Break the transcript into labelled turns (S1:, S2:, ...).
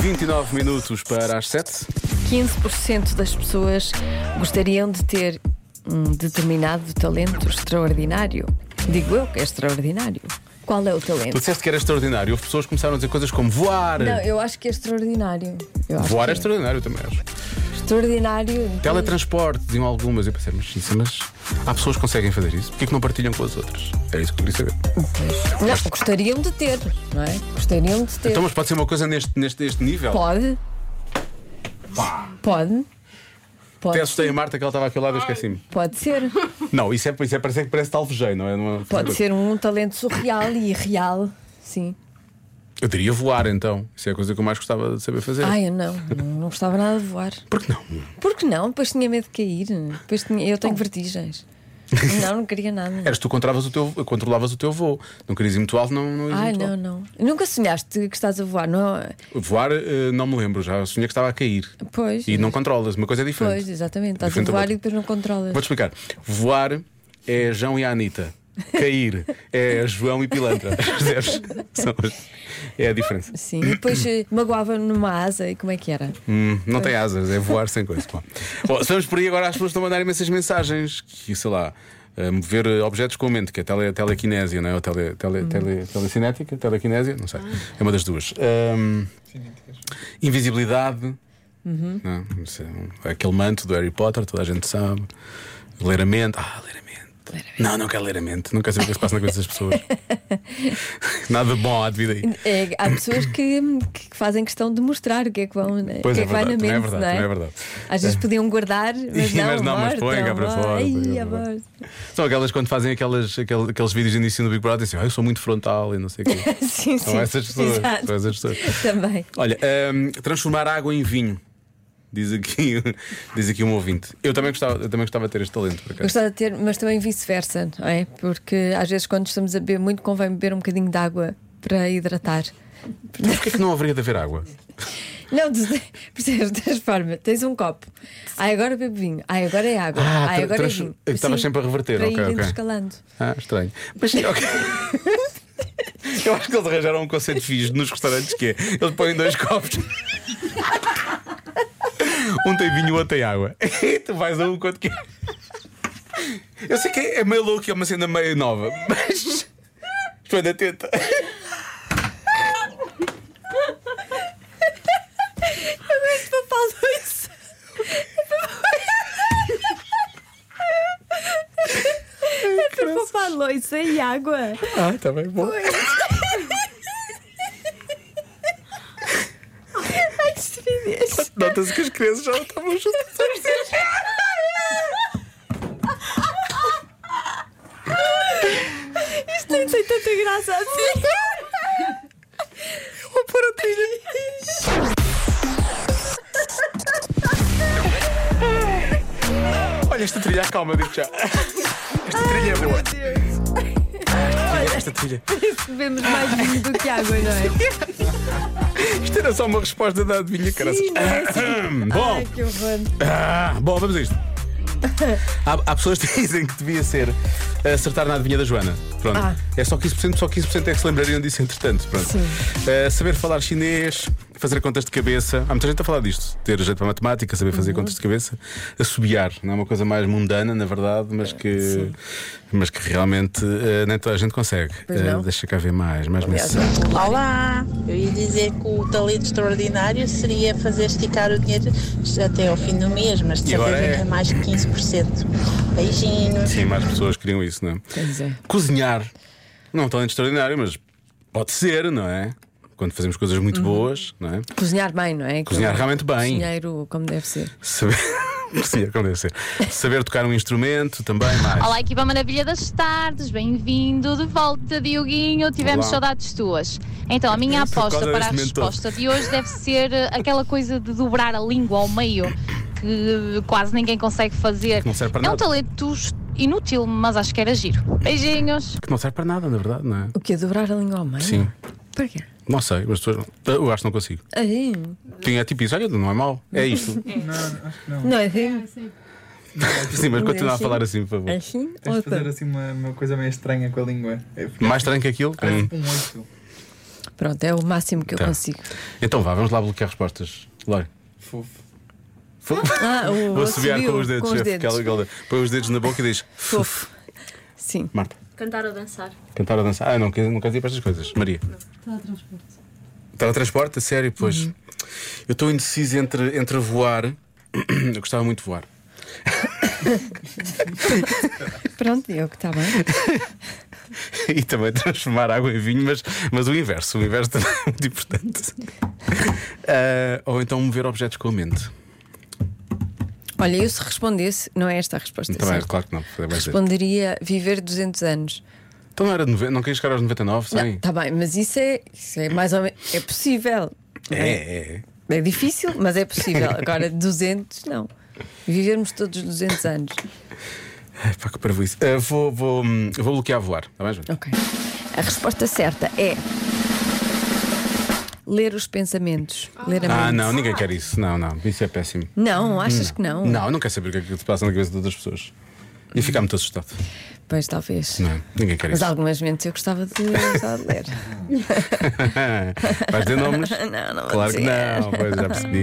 S1: 29 minutos para as 7.
S2: 15% das pessoas gostariam de ter um determinado talento extraordinário. Digo eu que é extraordinário. Qual é o
S1: Tu
S2: talento?
S1: disseste que era extraordinário. Houve pessoas que começaram a dizer coisas como voar.
S2: Não, eu acho que é extraordinário. Eu acho
S1: Voar é Então.
S2: que
S1: extraordinário também, acho.
S2: extraordinário. de-
S1: Teletransporte, diziam algumas. Eu pensei, mas isso, mas há pessoas que conseguem fazer isso. Porquê que não partilham com as outras? Era isso que eu queria saber.
S2: Não, gostariam de ter, não é? Gostariam de ter.
S1: Então, mas pode ser uma coisa neste, neste, neste nível?
S2: Pode. Pode.
S1: Até
S2: Pode.
S1: assustei a Marta que ela estava aqui ao lado e eu esqueci-me.
S2: Pode ser.
S1: Não, isso é, isso é parece, parece que alvejei, não é? Não é-
S2: Pode ser um talento surreal e irreal. Sim.
S1: Eu diria voar, então. Isso é a coisa que eu mais gostava de saber fazer.
S2: Ai, eu não, não, não gostava nada de voar.
S1: Porque não?
S2: Por que não? Depois tinha medo de cair. Depois tinha- Eu tenho vertigens. Não, não queria nada.
S1: Eras tu que controlavas o teu, controlavas o teu voo. Não querias ir muito alto, não, não ias
S2: Ai,
S1: muito
S2: não,
S1: alto.
S2: não. Nunca sonhaste que estás a voar, não?
S1: Voar, eh, não me lembro, já sonhei que estava a cair.
S2: Pois.
S1: E não controlas, uma coisa é diferente.
S2: Pois, exatamente. Estás a
S1: Diferente da
S2: voar
S1: outra.
S2: e depois não controlas.
S1: Vou-te explicar. Voar é João e a Anitta. Cair é João e Pilantra. Percebes? São as- É a diferença.
S2: Sim, e depois eh, magoava numa asa e como é que era?
S1: Hum, não tem asas, é voar sem coisa. Bom, Bom, se vamos por aí agora, as pessoas estão a mandar imensas mensagens. Que, sei lá, eh, mover eh, objetos com a mente, que é tele, telequinésia, não é? Ou tele, tele, tele- telecinética, telequinésia, não sei. É uma das duas. Ahm, invisibilidade. não é? Não sei, um- aquele manto do Harry Potter, toda a gente sabe. Ler a mente. Ah, ler a mente. Não, não quero ler a mente. Não quero saber o que se passa na cabeça das pessoas. Nada bom há devido aí.
S2: É, há pessoas que, que fazem questão de mostrar o que é que vão, né?
S1: Pois
S2: o que
S1: é,
S2: é que vai na
S1: verdade,
S2: mente,
S1: também é verdade,
S2: não é?
S1: também é verdade.
S2: Às vezes podiam guardar, mas
S1: Sim,
S2: não,
S1: mas não, mas
S2: mortam,
S1: põem cá para fora,
S2: ai,
S1: põem cá
S2: a
S1: para fora.
S2: morte.
S1: São aquelas quando fazem aquelas, aquel- aqueles vídeos de início do Big Brother e dizem, ah, eu sou muito frontal e não sei o quê.
S2: Sim, sim.
S1: São essas pessoas.
S2: Exato.
S1: São essas pessoas.
S2: Também.
S1: Olha, hum, transformar água em vinho. Diz aqui, diz aqui um ouvinte. Eu também gostava, eu também gostava de ter este talento, por acaso.
S2: Gostava de ter, mas também vice-versa, não é? Porque às vezes quando estamos a beber muito, convém beber um bocadinho de água para hidratar.
S1: Mas porquê é que não haveria de haver água?
S2: Não, tu- percebes? Transforma. Tens um copo. Ai, agora bebo vinho. Ai, agora é água.
S1: Ah,
S2: Ai,
S1: tra-
S2: agora é
S1: trans-
S2: vinho.
S1: eu estava
S2: Sim,
S1: sempre a reverter,
S2: para
S1: ok,
S2: ir
S1: ok.
S2: escalando.
S1: Ah, estranho. Mas ok. Eu acho que eles arranjaram um conceito fixe nos restaurantes que é. Eles põem dois copos. Um tem vinho, outro tem água. E tu vais a um quanto que Eu sei que é meio louco e é uma cena meio nova, mas. Estou atenta.
S2: Mas papá Luís. Entre papá Luís e água.
S1: Ah, está bem bom.
S2: Ai, que estupidez.
S1: Nota-se que as crianças já estavam juntas.
S2: Isto nem tem tanta graça assim. Vou pôr a trilha.
S1: Olha, esta trilha, calma, digo já. Esta trilha é boa. Esta trilha.
S2: Bebemos mais vinho do que água, não é?
S1: Isto era só uma resposta da adivinha, cara.
S2: Sim, não é?
S1: assim. Bom.
S2: Ai, que horror.
S1: Ah, bom, vamos a isto. Há, há pessoas que dizem que devia ser acertar na adivinha da Joana. Pronto.
S2: Ah.
S1: É só 15%, só 15% é que se lembrariam disso entretanto. Pronto.
S2: Sim.
S1: Ah, saber falar chinês, fazer contas de cabeça. Há muita gente a falar disto. Ter jeito para matemática, saber
S2: Uhum.
S1: fazer contas de cabeça. Assobiar. Não é uma coisa mais mundana, na verdade, mas
S2: Eh,
S1: que, mas que realmente ah, nem toda a gente consegue.
S2: Pois
S1: Ah,
S2: não.
S1: deixa cá ver mais, mais mensagens.
S3: Olá! Eu ia dizer que o talento extraordinário seria fazer esticar o dinheiro até ao fim do mês, mas de
S1: E agora
S3: certeza
S1: é.
S3: que é mais que 15%. Beijinhos!
S1: Sim, mais pessoas queriam isso, não é?
S2: Pois é.
S1: Cozinhar. Não é um talento extraordinário, mas pode ser, não é? Quando fazemos coisas muito boas, não é?
S2: Cozinhar bem, não é?
S1: Cozinhar realmente bem.
S2: Cozinheiro como deve ser.
S1: Saber. Sim, é como deve ser. Saber tocar um instrumento também, mais.
S4: Olá, equipa Maravilha das Tardes, bem-vindo de volta, Dioguinho. Tivemos
S1: Olá. É,
S4: saudades tuas. Então, a minha
S1: Por causa
S4: aposta para a
S1: desse mentor.
S4: resposta de hoje deve ser eh, aquela coisa de dobrar a língua ao meio, que quase ninguém consegue fazer.
S1: Que não serve para
S4: é um
S1: nada.
S4: talento est- inútil, mas acho que era giro. Beijinhos!
S1: Que não serve para nada, na verdade, não é?
S2: O quê? Dobrar a língua ao meio?
S1: Sim.
S2: Para quê? Assim?
S1: Não sei, mas as pessoas. Eu acho que não consigo.
S2: Ai,
S1: Sim, é tipo isso, olha, não é mau. É isto.
S5: Não, acho que não.
S2: não é assim?
S1: Sim, mas continua a
S2: Assim.
S1: falar assim, por favor.
S2: Assim?
S5: Tens de
S2: outra.
S5: fazer assim uma, uma coisa meio estranha com a língua. É,
S1: Mais estranho que aquilo?
S5: Parece
S1: Hum.
S5: tipo um oito.
S2: Pronto, é o máximo que eu
S1: Tá.
S2: consigo.
S1: Então vá, vamos lá bloquear respostas. Lória.
S5: Fofo.
S1: Fofo.
S2: Ah, o
S1: Vou assobiar
S2: assobio
S1: com os dedos, chefe. que ela- que ela Põe os dedos na boca e diz:
S2: Fofo. Sim.
S1: Marta,
S6: Cantar ou dançar?
S1: cantar ou dançar. Ah, não, quer- não queres ir para estas coisas. Maria. Teletransporte, a sério, pois. Eu estou indeciso entre, entre voar. Eu gostava muito de voar.
S2: Pronto, eu que está bem.
S1: e também transformar água em vinho, mas, mas o inverso. O inverso também é muito importante. Ah, ou então mover objetos com a mente.
S2: Olha, eu se respondesse, não é esta a resposta.
S1: Também,
S2: certo?
S1: claro que não. é mais cedo.
S2: Responderia viver 200 anos.
S1: Então não era de 90, não querias chegar aos 99, sim?
S2: Está bem, mas isso é, isso é mais ou menos. É possível. não
S1: É, é,
S2: é?
S1: é.
S2: É difícil, mas é possível. Agora, 200, não. Vivermos todos 200 anos.
S1: Ai, pá, que parvoíce. Ah, vou, vou, hum, vou bloquear voar, está bem, Joana?
S2: Ok. A resposta certa é. Ler os pensamentos. Ler a mente.
S1: Ah, não, ninguém quer isso. Não, não, isso é péssimo.
S2: Não, achas que não?
S1: Não, eu não quero saber o que é que se passa na cabeça de outras pessoas. E ficar muito assustado.
S2: Pois, talvez.
S1: Não, ninguém quer
S2: Mas
S1: isso.
S2: algumas mentes eu gostava de, gostava de ler.
S1: Vais dizer nomes?
S2: Não, não vou
S1: Claro que
S2: dizer.
S1: não, pois já percebi.